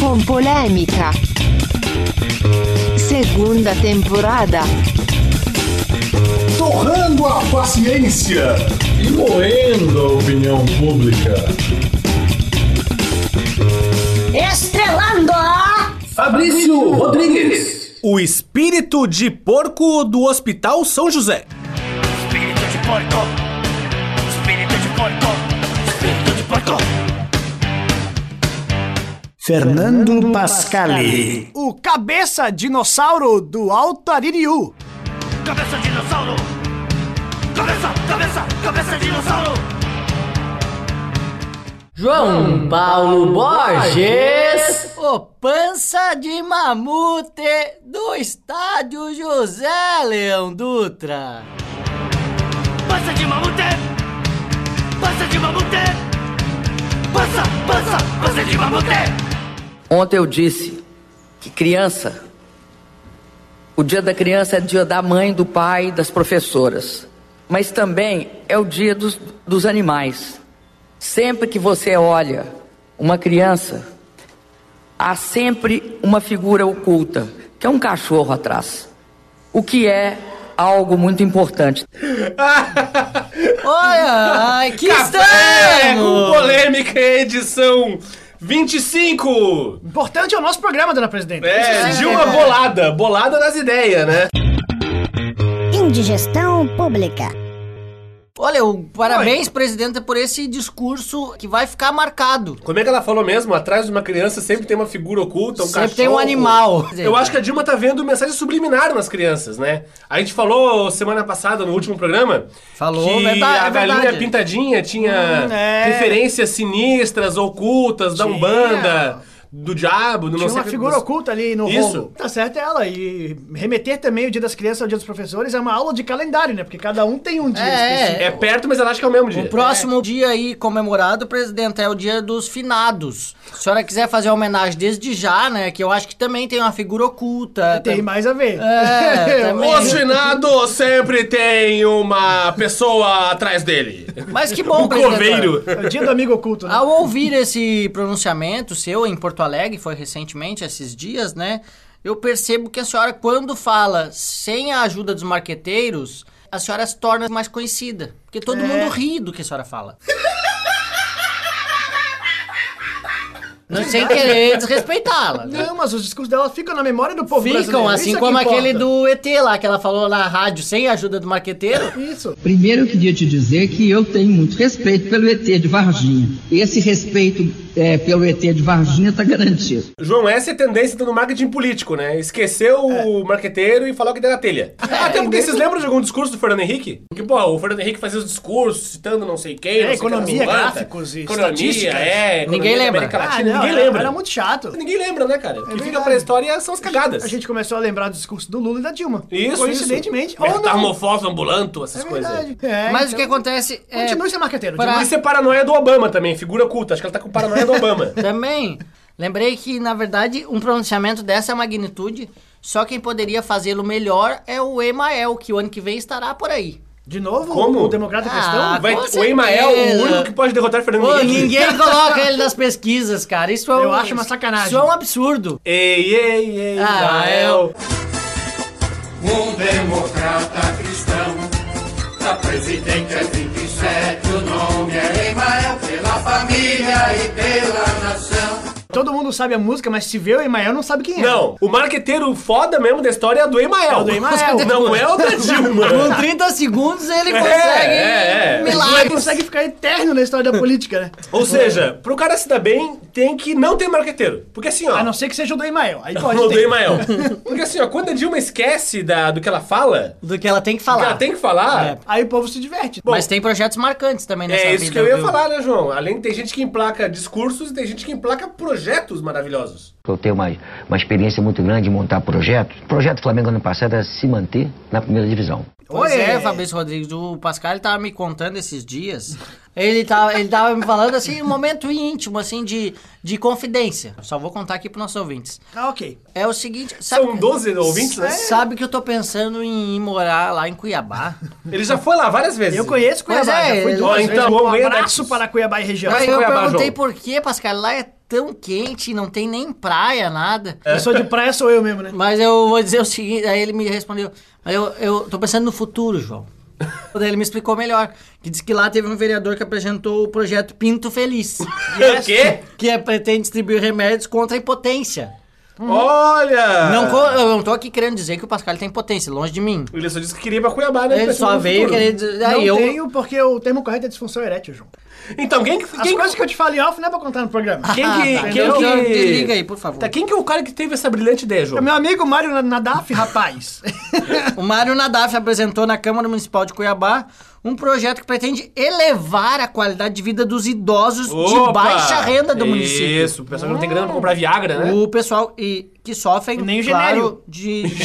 com polêmica. Segunda temporada. Torrando a paciência. E moendo a opinião pública. Estrelando Fabrício Rodrigues. O espírito de porco do Hospital São José. Espírito de porco. Espírito de porco. Espírito de porco. Fernando Pascali. O cabeça dinossauro do Alto Aririú. Cabeça dinossauro. Cabeça, cabeça, cabeça dinossauro. João Paulo Borges. O pança de mamute do estádio José Leão Dutra. Passa de mamute. Passa de mamute. Passa, passa, passa de mamute. Ontem eu disse que criança. O dia da criança é dia da mãe, do pai, das professoras. Mas também é o dia dos, dos animais. Sempre que você olha uma criança, há sempre uma figura oculta, que é um cachorro atrás. O que é algo muito importante. Olha, ai, que Café com estamos! polêmica edição 25. Importante é o nosso programa, dona presidente. É, de uma bolada, bolada nas ideias, né? Indigestão pública. Olha, o parabéns, presidente, por esse discurso que vai ficar marcado. Como é que ela falou mesmo? Atrás de uma criança sempre tem uma figura oculta, um Sempre cachorro. tem um animal. Eu acho que a Dilma tá vendo mensagem subliminar nas crianças, né? A gente falou semana passada, no último programa, Falou, que verdade, a é galinha verdade. pintadinha tinha Hum, é. referências sinistras, ocultas, da Umbanda, do diabo, do não Tinha sei uma o que- figura oculta ali no Isso. rolo. Tá certo ela. E remeter também o dia das crianças ao dia dos professores é uma aula de calendário, né? Porque cada um tem um dia específico. É, É perto, mas ela acha que é o mesmo dia. O próximo dia aí comemorado, presidente, é o dia dos finados. Se a senhora quiser fazer homenagem desde já, né? Que eu acho que também tem uma figura oculta. Tem mais a ver. É, também. Os finados sempre tem uma pessoa atrás dele. Mas que bom, Um coveiro. É o dia do amigo oculto, né? Ao ouvir esse pronunciamento seu em Porto Alegre, foi recentemente, esses dias, né? Eu percebo que a senhora, quando fala sem a ajuda dos marqueteiros, a senhora se torna mais conhecida. Porque É. todo mundo ri do que a senhora fala. Não, sem querer desrespeitá-la. né? Não, mas os discursos dela ficam na memória do povo Ficam brasileiro. assim Isso é que como importa. aquele do ET lá, que ela falou na rádio sem a ajuda do marqueteiro. Isso. Primeiro eu queria te dizer que eu tenho muito respeito pelo ET de Varginha. Esse respeito é, pelo ET de Varginha está garantido. João, essa é a tendência do marketing político, né? Esquecer É. o marqueteiro e falar o que der na telha. Ah, Até porque vocês lembram de algum discurso do Fernando Henrique? Porque, pô, o Fernando Henrique fazia os discursos citando não sei É, quem, não sei o que, economia, não sei quanto. gráficos e Economia, estatísticas. é. economia Ninguém da lembra. América Ah, Latina, não, ninguém era- lembra. Era muito chato. Ninguém lembra, né, cara? O que fica verdade. pra história são as cagadas. A gente começou a lembrar do discurso do Lula e da Dilma. Isso, Coincidentemente. isso. Ou não. Metamorfose ambulanto, É essas coisas. aí. verdade. É, Mas o então, assim. que acontece é. Continue sendo marqueteiro. pra- Dilma. Isso é paranoia do Obama também, figura oculta. Acho que ela tá com paranoia do Obama. Também. Lembrei que, na verdade, um pronunciamento dessa magnitude, só quem poderia fazê-lo melhor é o Emael, que o ano que vem estará por aí. De novo, Como? o democrata Ah, cristão? Vai, com o Emael, o certeza. único que pode derrotar é Fernando Pô, Henrique. ninguém coloca ele nas pesquisas, cara. Isso é um, Eu acho uma sacanagem. Isso é um absurdo. Ei, ei, ei, Ah, Emael. Um democrata cristão. Da presidente é 27. O nome é Emael. Pela família e pela nação. Todo mundo sabe a música, mas se vê o Emael não sabe quem é. Não, o marqueteiro foda mesmo da história é a do Emael. É o do Emael. Não é o da Dilma. Com 30 segundos ele consegue é, é. Ele milagres. consegue ficar eterno na história da política, né? Ou seja, pro cara se dar bem, tem que não ter marqueteiro. Porque assim, ó. A não ser que seja o do Emael. Aí pode o do ter. Emael. Porque assim, ó, quando a Dilma esquece da, do que ela fala, Do que ela tem que que falar. ela tem que falar. Aí o povo se diverte. Mas tem projetos marcantes também nessa É isso vida, que eu ia viu? falar, né, João? Além de tem gente que emplaca discursos, tem gente que emplaca projetos maravilhosos. Eu tenho uma, uma experiência muito grande em montar projetos. O projeto do Flamengo ano passado era se manter na primeira divisão. Pois Oi. é, Fabrício Rodrigues, o Pascal ele tava me contando esses dias. Ele tava, ele tava me falando assim, um momento íntimo, assim, de, de confidência. Só vou contar aqui pros nossos ouvintes. Ah, ok. É o seguinte. São 12 ouvintes, né? Sabe que eu tô pensando em ir morar lá em Cuiabá? Ele já foi lá várias vezes. Eu conheço Pois Cuiabá, é, já fui ele- duas Ó, então, vezes. o Um Emael abraço Netos. para Cuiabá e região. Mas- eu Cuiabá, perguntei João? por que, Pascal, lá é tão quente, não tem nem praia, nada. Eu sou de praia, sou eu mesmo, né? Mas eu vou dizer o seguinte, aí ele me respondeu, "Mas eu, eu tô pensando no futuro, João. Daí ele me explicou melhor, que diz que lá teve um vereador que apresentou o projeto Pinto Feliz. O quê? Que é, pretende distribuir remédios contra a impotência. Olha! Não, co- eu não tô aqui querendo dizer que o Pascal tem potência, longe de mim. Ele só disse que queria ir pra Cuiabá, né? Ele Pensando só no veio futuro. querer dizer... Não Aí eu... tenho, porque o termo correto é disfunção erétil, João. Então, quem que... As Quem, coisas que eu te falei off não é pra contar no programa. quem Ah, que... tá. quem Então, que... desliga aí, por favor. Tá, quem que é o cara que teve essa brilhante ideia, É João? meu amigo Mário Nadaf, rapaz. O Mário Nadaf apresentou na Câmara Municipal de Cuiabá um projeto que pretende elevar a qualidade de vida dos idosos de Opa! baixa renda do município. Uhum. Isso, o pessoal que não tem grana pra comprar Viagra, né? O pessoal e, que sofrem, E nem o claro, genérico. de,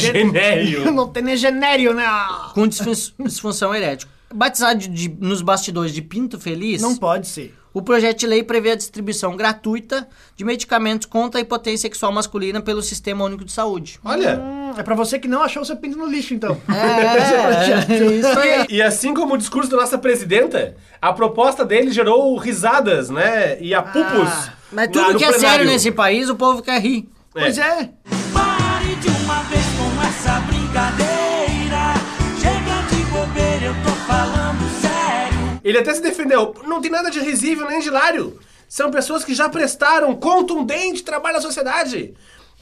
Genério. não tem nem genério, né? com disfun- disfunção erética. Batizado de- de- nos bastidores de Pinto Feliz, Não pode ser. o projeto de lei prevê a distribuição gratuita de medicamentos contra a impotência sexual masculina pelo Sistema Único de Saúde. Olha... Hum, É pra você que não achou o seu pinto no lixo, então. É, isso aí. E assim como o discurso da nossa presidenta, a proposta dele gerou risadas, né? E a pupus. Mas lá tudo no que é sério plenário. nesse país, o povo quer rir. Pois é. Pare de uma vez com essa brincadeira. Chega de bobeira, eu tô falando sério. Ele até se defendeu. Não tem nada de risível nem de hilário. São pessoas que já prestaram contundente trabalho à sociedade.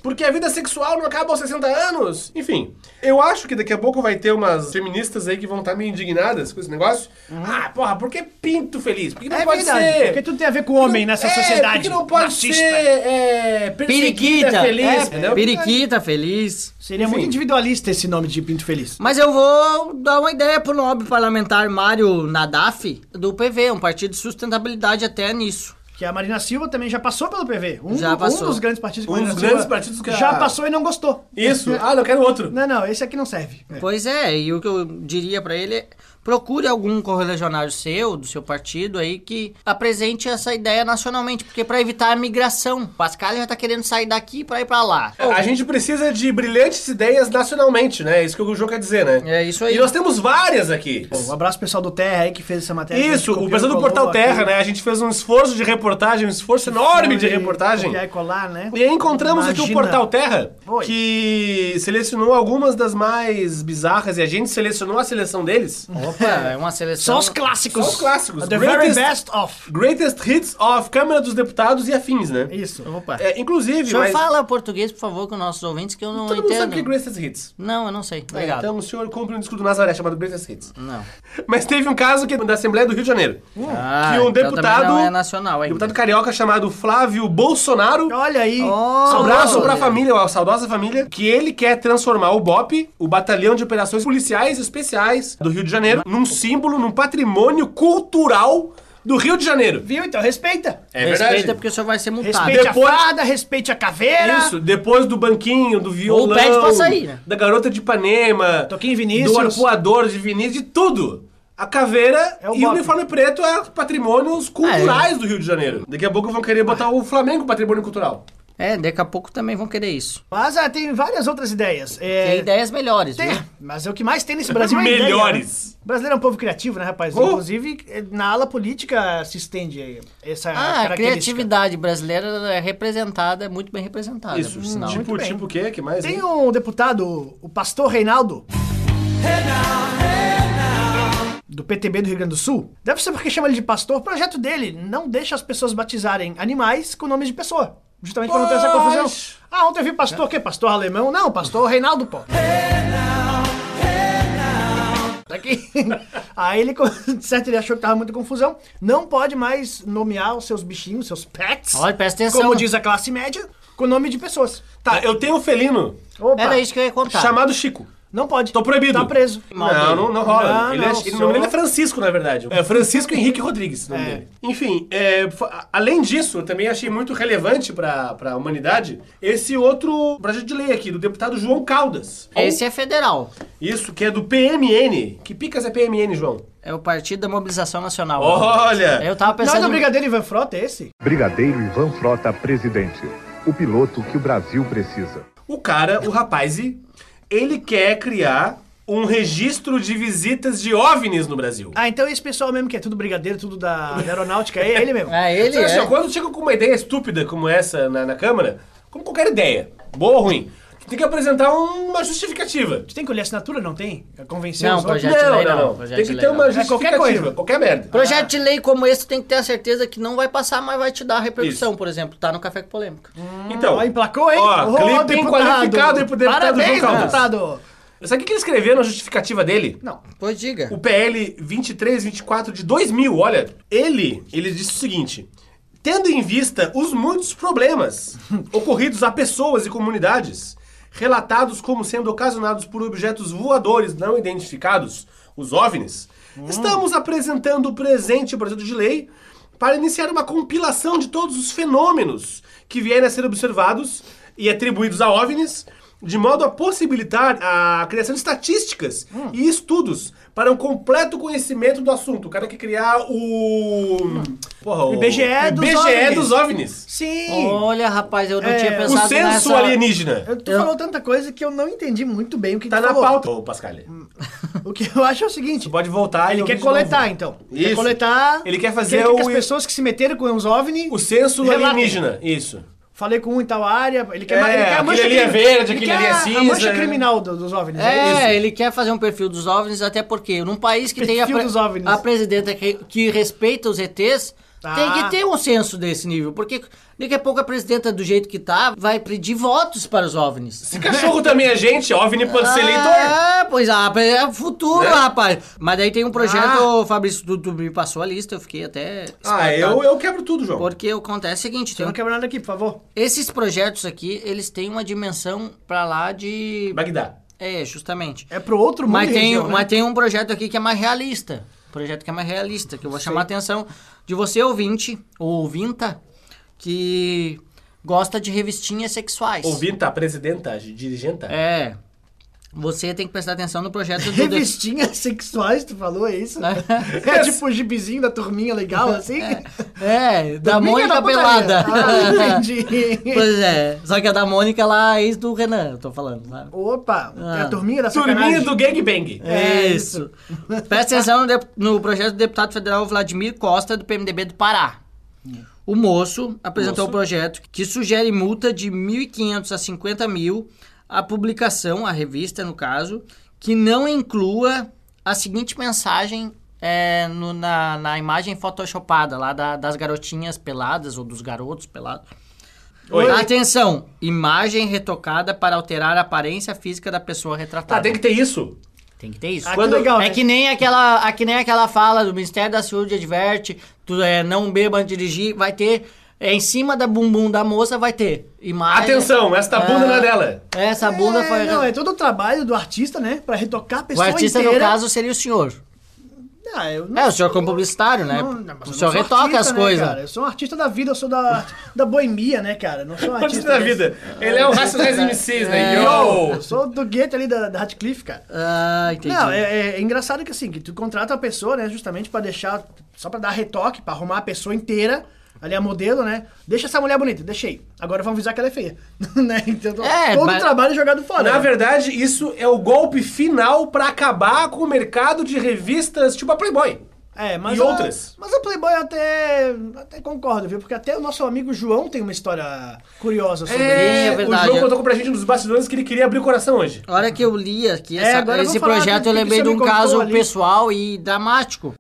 Porque a vida sexual não acaba aos 60 anos. Enfim, eu acho que daqui a pouco vai ter umas feministas aí que vão estar meio indignadas com esse negócio. Ah, porra, por que pinto feliz? Por que não Uhum. É pode verdade. ser? Porque tudo tem a ver com o homem nessa É, sociedade. Por que não pode machista. ser é, perseguida Periquita. feliz? é, entendeu? periquita feliz. Seria Enfim. muito individualista esse nome de Pinto Feliz. Mas eu vou dar uma ideia pro nobre parlamentar Mário Nadaf, do PV, um partido de sustentabilidade até nisso. Que a Marina Silva também já passou pelo PV. Um, Já um passou. dos grandes partidos que a Um dos Marina grandes Silva partidos que a- já passou e não gostou. Isso. Ah, não, eu quero outro. Não, não, esse aqui não serve. É. Pois é, e o que eu diria pra ele é procure algum correligionário seu, do seu partido aí, que apresente essa ideia nacionalmente, porque pra evitar a migração. Pascal já tá querendo sair daqui pra ir pra lá. É A gente precisa de brilhantes ideias nacionalmente, né? É isso que o jogo quer dizer, né? É isso aí. E nós temos várias aqui. Um abraço pro pessoal do Terra aí que fez essa matéria. Isso, o pessoal do Portal Terra, né? A gente fez um esforço de reportagem, um esforço enorme de reportagem. E colar, né? E aí encontramos aqui o Imagina. Portal Terra, Oi. que selecionou algumas das mais bizarras e a gente selecionou a seleção deles. Opa, é uma seleção. Só os clássicos. Só os clássicos. The very Greatest- best of. Greatest Hits of Câmara dos Deputados e afins, né? Isso. Opa. É, O inclusive, senhor mas fala português, por favor, com nossos ouvintes, que eu não todo mundo entendo. sabe o que é Greatest Hits. Não, eu não sei. Obrigado. Então o senhor compra um disco do Nazaré chamado Greatest Hits. Não. Mas teve um caso que da Assembleia do Rio de Janeiro. Ah, que um então também deputado. não é nacional ainda. deputado carioca chamado Flávio Bolsonaro. Olha aí. Oh, Um abraço pra olha. família, ó, a saudosa família, que ele quer transformar o BOP, o Batalhão de Operações Policiais Especiais do Rio de Janeiro, num símbolo, num patrimônio cultural do Rio de Janeiro. Viu? Então respeita. É Respeita porque o senhor vai ser multado. Respeite Depois- a fada, respeite a caveira. Isso, depois do banquinho, do violão, pede pra sair, né? da garota de Ipanema, Toquinho Vinícius. do arpoador de Vinícius, de tudo. A caveira É o e o Bop. uniforme preto é patrimônios culturais do Rio de Janeiro. Daqui a pouco vão querer botar o Flamengo patrimônio cultural. É, daqui a pouco também vão querer isso. Mas ah, tem várias outras ideias. É, Tem ideias melhores, Tem, viu? mas é o que mais tem nesse Brasil é ideia, Melhores. né? O brasileiro é um povo criativo, né, rapaz? Oh. Inclusive, eh, na ala política se estende aí essa Ah, a característica. criatividade brasileira é representada, é muito bem representada, Isso, por sinal. tipo, bem. tipo o quê? Que mais? Tem hein? um deputado, o pastor Reinaldo. Do PTB do Rio Grande do Sul. Deve ser porque chama ele de pastor. O projeto dele não deixa as pessoas batizarem animais com nomes de pessoa. Justamente pra não ter essa Pois. confusão. Ah, ontem eu vi pastor, o quê? Pastor alemão? Não, pastor Reinaldo, pô. Tá aqui. Aí ele, com- de certo, ele achou que tava muita confusão. Não pode mais nomear os seus bichinhos, seus pets. Olha, presta atenção. Como diz a classe média, com nome de pessoas. Tá, eu tenho um felino Opa. ah, Era isso que eu ia contar. chamado Chico. Não pode. Tô proibido. Tá preso. Não, não, não rola. Não, ele, é, não, ele- o só- nome dele é Francisco, na verdade. É Francisco Henrique Rodrigues, o nome dele. Enfim, é, fa- a- além disso, eu também achei muito relevante pra, pra humanidade esse outro projeto de lei aqui, do deputado João Caldas. Esse é federal. Isso, que é do PMN. Que picas é PMN, João? É o Partido da Mobilização Nacional. Olha! Eu tava Não é pensando... do em- Brigadeiro Ivan Frota é esse? Brigadeiro Ivan Frota, presidente. O piloto que o Brasil precisa. O cara, o rapaz, ele quer criar um registro de visitas de OVNIs no Brasil. Ah, então esse pessoal mesmo que é tudo brigadeiro, tudo da, da aeronáutica, é ele mesmo. É, ele Sabe assim, ó, quando chega com uma ideia estúpida como essa na, na Câmara, como qualquer ideia, boa ou ruim, tu tem que apresentar uma justificativa. Tu tem que olhar a assinatura, não tem? Convencer Não, os outros? projeto de lei não. Projeto Tem que de ter lei uma não. justificativa, É qualquer coisa. qualquer merda. Projeto de lei como esse tem que ter a certeza que não vai passar, mas vai te dar repercussão, por exemplo. Tá no Café com Polêmica. Então, Ó, emplacou, hein? Ó, Ô, clipe deputado. qualificado aí pro deputado Parabéns, João Caldas. deputado. sabe o que ele escreveu na justificativa dele? Não. Pois diga. O PL 2324 de 2000, olha, ele, ele disse o seguinte: tendo em vista os muitos problemas ocorridos a pessoas e comunidades, relatados como sendo ocasionados por objetos voadores não identificados, os OVNIs, estamos apresentando o presente projeto de lei para iniciar uma compilação de todos os fenômenos que vierem a ser observados e atribuídos a OVNIs, de modo a possibilitar a criação de estatísticas e estudos para um completo conhecimento do assunto. O cara que criar o... Porra, o... IBGE dos IBGE OVNIs. dos OVNIs. Sim. Olha, rapaz, eu não É, tinha o O pensado censo nessa... hum. alienígena. Eu- Tu Eu- falou tanta coisa que eu não entendi muito bem o que Tá tu na falou. pauta, ô Pascal. O que eu acho é o seguinte. Hum. Tu pode voltar e Ele ouvir quer de novo. coletar, então. Ele Quer Isso. coletar. Ele quer fazer que o- as pessoas que se meteram com os OVNI. O censo Relatem. alienígena, isso. Falei com um em tal área. Ele quer, É, ele quer a aquele mancha ali é crimi- verde, ele aquele quer ali é A cinza. mancha criminal do- dos OVNIs. É, isso. ele quer fazer um perfil dos OVNIs, até porque num país que tem a, Perfil dos OVNIs. a presidenta que, que respeita os ETs, Ah. tem que ter um senso desse nível, porque daqui a pouco a presidenta, do jeito que tá, vai pedir votos para os OVNIs. Se cachorro também é gente, OVNI pode ser eleitor. Ah, pois é, é o futuro, Né? rapaz. Mas daí tem um Ah. projeto, Fabrício, tu, tu me passou a lista, eu fiquei até. Ah, eu, espantado. eu quebro tudo, João. Porque acontece o seguinte, Você tem um- não quebra nada aqui, por favor. esses projetos aqui, eles têm uma dimensão pra lá de. Bagdá. É, justamente. É pro outro mundo. Mas e tem, região, né? mas tem um projeto aqui que é mais realista. Projeto que é mais realista, que eu vou chamar a atenção de você, ouvinte, ou ouvinta, que gosta de revistinhas sexuais. Ouvinta, presidenta, dirigenta. É. Você tem que prestar atenção no projeto do... Revistinhas sexuais, tu falou, é isso? É, tipo o gibizinho da turminha legal, assim? É, da Turminha Mônica putaria. Pelada. É. Ah, entendi. pois é. Só que a da Mônica lá é ex do Renan, eu tô falando, sabe? Opa, é a Ah. turminha da Turminha sacanagem. do gangbang. É isso. Presta atenção no, dep- no projeto do deputado federal Vladimir Costa, do PMDB do Pará. O moço apresentou o projeto que sugere multa de 1.500 a 50 mil a publicação, a revista no caso, que não inclua a seguinte mensagem é, no- na, na imagem photoshopada lá da- das garotinhas peladas ou dos garotos pelados. Oi. Atenção, imagem retocada para alterar a aparência física da pessoa retratada. Tá, tem que ter isso. Tem que ter isso. Ah, que Quando- legal, é né? que nem aquela, é que nem aquela fala do Ministério da Saúde adverte, tu é não beba antes de dirigir, vai ter é, em cima da bumbum da moça vai ter imagem. Atenção, esta bunda É. Ah. não é dela. Essa bunda é, foi Não, é todo o trabalho do artista, né? Pra retocar a O pessoa artista inteira. no caso seria o senhor. Ah, eu não É, o senhor como publicitário, né? Não, não, mas eu o não sou senhor retoca artista, as né, coisas. cara? Eu sou um artista da vida, eu sou da, da boemia, né, cara? Eu Não Ah, sou um Antes artista. da desse- é vida. Ele é um Racionais MCs, É. né? Eu Yo! sou do gueto ali da, da Radcliffe, cara. Ah, entendi. Não, é, é- é engraçado que assim, que tu contrata a pessoa, né, justamente pra deixar, só pra dar retoque, pra arrumar a pessoa inteira, ali a modelo, né? Deixa essa mulher bonita, deixei. Agora vamos avisar que ela é feia. né? Então, É, todo o mas- trabalho jogado fora. Na né? verdade, isso é o golpe final pra acabar com o mercado de revistas tipo a Playboy. É, mas E a- outras. Mas a Playboy eu até, até concordo, viu? Porque até o nosso amigo João tem uma história curiosa sobre É, isso. é verdade, O João é. contou pra gente nos bastidores que ele queria abrir o coração hoje. A hora que eu li aqui É, essa- agora eu vou esse falar do projeto, que eu que lembrei você de um me contou caso ali. pessoal e dramático.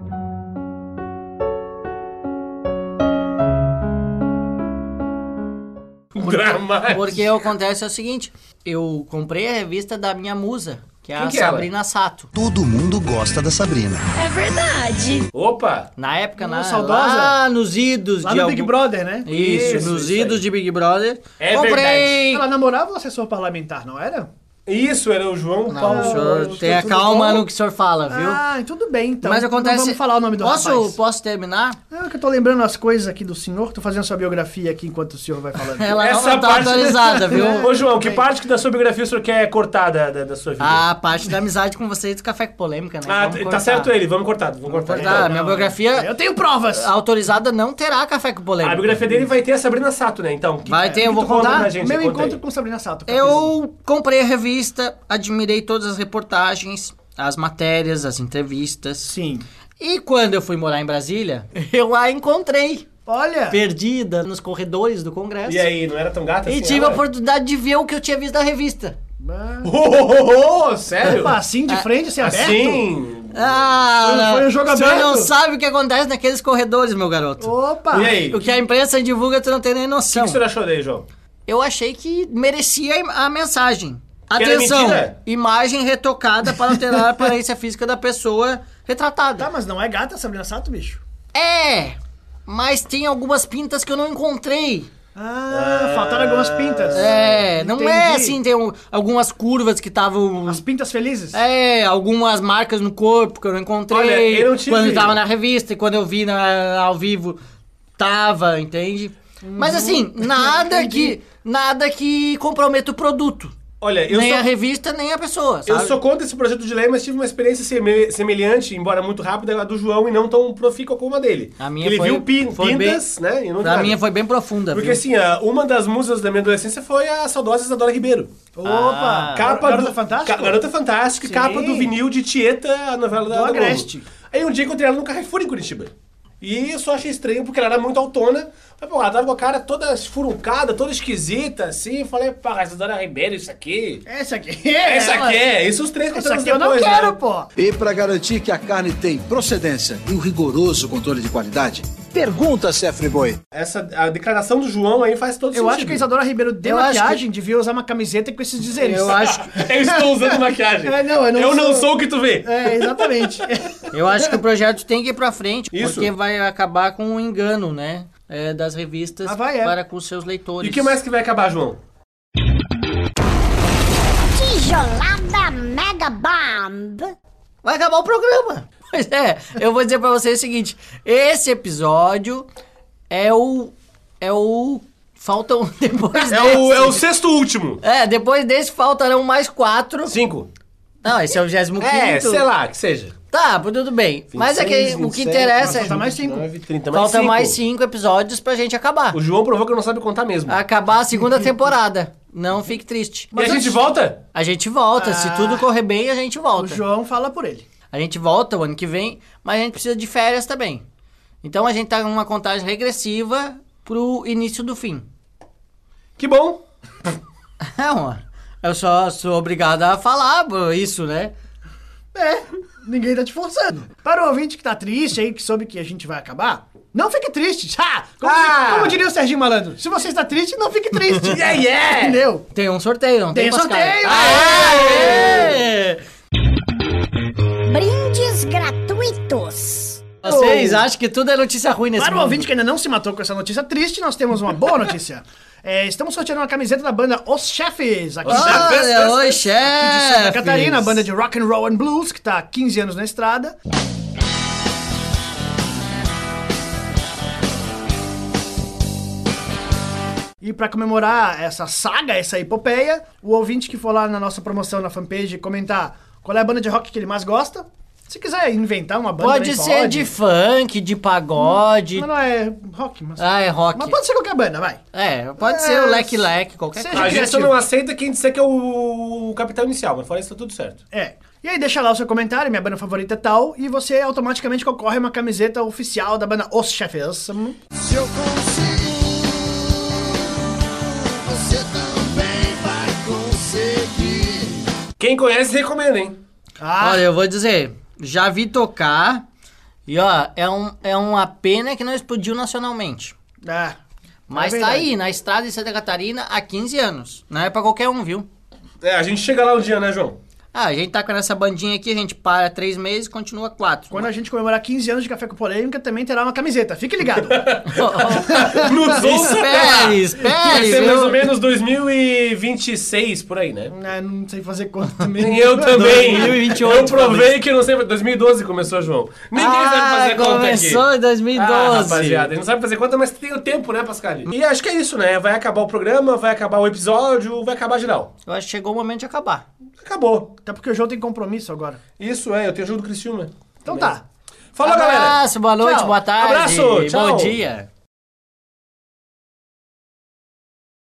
Dramático. Porque acontece o seguinte, eu comprei a revista da minha musa, que é Quem a que é ela? Sabrina Sato. Todo mundo gosta da Sabrina. É verdade. Opa! Na época, na, saudosa. lá nos idos Lá de no algum- Big Brother, né? Isso, Isso, nos isso aí. idos de Big Brother. É Comprei! Ela namorava o assessor parlamentar, não era? Isso era o João Não, Paulo. o senhor Não, tenha tudo calma bom? no que o senhor fala, viu? Ah, tudo bem, então. Mas acontece... Não vamos falar o nome do posso, rapaz. Posso terminar? É que eu tô lembrando as coisas aqui do senhor, tô fazendo sua biografia aqui enquanto o senhor vai falando. Ela não tá atualizada, viu? Ô, João, que parte que da sua biografia o senhor quer cortar da, da, da sua vida? A parte da amizade com vocês do Café com Polêmica, né? Ah, Vamos tá cortar. certo ele, vamos cortar. Vamos cortar. cortar. então. a minha biografia- Eu tenho provas! Autorizada não terá Café com Polêmica. A biografia dele vai ter a Sabrina Sato, né? Então, que- Vai ter, eu que vou tu conta contar. pra gente, Meu conta encontro aí. com Sabrina Sato. cara. Eu comprei a revista, admirei todas as reportagens, as matérias, as entrevistas. Sim. E quando eu fui morar em Brasília, eu a encontrei. Olha! Perdida nos corredores do Congresso. E aí, não era tão gata E assim? tive a ela? oportunidade de ver o que eu tinha visto na revista. Oh, oh, oh, oh, sério? Opa, assim de Ah, frente, assim, aberto? Assim? Ah, Foi um jogo o senhor aberto? não sabe o que acontece naqueles corredores, meu garoto. Opa! E aí? Ah, O que então? a imprensa divulga, tu não tem nem O noção. que o senhor achou daí, João? Eu achei que merecia a im- a mensagem. era Atenção, mentira? imagem retocada para alterar a aparência física da pessoa retratada. Tá, mas não é gata Sabrina Sato, bicho? Tá. É, mas tem algumas pintas que eu não encontrei. Ah, faltaram algumas pintas. É, não é Entendi. assim, tem um- algumas curvas que estavam... As pintas felizes? É, algumas marcas no corpo que eu não encontrei. Olha, eu tive- Quando tava na revista e quando eu vi na- ao vivo, tava, entende? Uhum. Mas assim, nada que nada que comprometa o produto. Olha, eu nem sou... a revista, nem a pessoa, Eu sabe? sou contra esse projeto de lei, mas tive uma experiência seme- semelhante, embora muito rápida, a do João e não tão profícua como a dele. A minha Ele foi- viu pin- foi pintas, né? E não Pra nada. mim foi bem profunda, Porque viu? assim, a- uma das musas da minha adolescência foi a saudosa Isadora Ribeiro. Ah. Opa! Capa Garota do, Fantástica? Ca- Garota Fantástica, Ah, Sim. capa do vinil de Tieta, a novela da Do da Globo. Agreste. Aí um dia encontrei ela no Carrefour em Curitiba. E eu só achei estranho porque ela era muito autona. Mas, porra, ela tava com a cara toda esfurucada, toda esquisita, assim. Falei, pá, Isadora Ribeiro, isso aqui. Essa aqui. Essa aqui é, isso os três Essa quatro anos aqui eu não depois, né? quero, pô. E para garantir que a carne tem procedência e o rigoroso controle de qualidade, pergunta se é friboi. Essa a declaração do João aí faz todo Eu sentido. acho que a Isadora Ribeiro de Eu acho maquiagem devia usar uma camiseta com esses dizeres. Eu acho, Eu estou usando maquiagem. É, não, eu não não sou- sou o que tu vê. É, exatamente. eu acho que o projeto tem que ir pra frente, Isso. porque vai acabar com o engano, né? é, das revistas Ah, vai, é. para com seus E leitores. o que mais que vai acabar, João? Tijolada Mega Bomb. Vai acabar o programa. Pois é, eu vou dizer pra vocês o seguinte: esse episódio é o. É o. Faltam. Depois É desse. o, é o sexto último. É, depois desse faltarão mais quatro. Cinco. Não, esse é o 25. É, sei lá, que seja. Tá, tudo bem. Mas é que 26, o que interessa é. Falta mais cinco. 30, Falta mais cinco Ah, episódios pra gente acabar. O João provou que não sabe contar mesmo. Acabar a segunda temporada. Não fique triste. e a gente volta? A gente volta. Se Ah. tudo correr bem, a gente O volta. João fala por ele. A gente volta o ano que vem, mas a gente precisa de férias também. Então a gente tá numa contagem regressiva pro início do fim. Que bom. É, mano. Eu só sou obrigado a falar pô, isso, né? É, ninguém tá te forçando. Para o ouvinte que tá triste aí, que soube que a gente vai acabar, não fique triste. Ah, como, Ah! como diria o Serginho Malandro, se você está triste, não fique triste. Yeah, yeah! Entendeu? Tem um sorteio, não tem, Ah, é Tem mascara. sorteio! Aê! Brindes gratuitos. Vocês acham que tudo é notícia ruim nesse Oh! Para o mundo? ouvinte que ainda não se matou com essa notícia triste, nós temos uma boa notícia. É, estamos sorteando uma camiseta da banda Os Chefes, aqui da- Olha, oi, aqui de Santa chefe! Catarina, a banda de rock and roll and blues, que tá há 15 anos na estrada. E pra comemorar essa saga, essa epopeia, o ouvinte que for lá na nossa promoção na fanpage comentar qual é a banda de rock que ele mais gosta, se quiser inventar uma banda, Pode também ser de funk, de pagode. Mas não é rock, mas... Ah, é rock. Mas pode ser qualquer banda, vai. É, pode É, ser o leque-leque, qualquer seja coisa. A gente só criativo. não aceita quem disser que é o, o capitão inicial, mas fora isso tá tudo certo. É. E aí deixa lá o seu comentário, minha banda favorita é tal, e você automaticamente concorre a uma camiseta oficial da banda Os Chefes. Se eu consigo, você também vai conseguir. Quem conhece, recomenda, hein? Ah, Olha, eu vou dizer, já vi tocar e ó, é, um, é uma pena que não explodiu nacionalmente. é. Mas É tá verdade. aí, na estrada de Santa Catarina há 15 anos. Não é pra qualquer um, viu? É, a gente chega lá um dia, né, João? Ah, a gente tá com essa bandinha aqui, a gente para três meses e continua quatro. Quando a gente comemorar 15 anos de Café com Polêmica, também terá uma camiseta. Fique ligado. Nos ouça até lá. Espere, Vai espere, ser é mais ou viu? menos 2026 por aí, né? É, não sei fazer conta também. Nem Eu também. 2028, eu provei que não sei. 2012 começou, João. Ninguém sabe fazer Ah, conta aqui. começou em 2012. Ah, rapaziada, ele não sabe fazer conta, mas tem o tempo, né, Pascal? E acho que é isso, né? Vai acabar o programa, vai acabar o episódio, vai acabar geral. Eu acho que chegou o momento de acabar. Acabou. Até porque o jogo tem compromisso agora. Isso é, eu tenho jogo do Criciúma. Então tá. Falou, galera! Abraço, boa noite, Tchau. boa tarde. Abraço, tchau. Bom dia.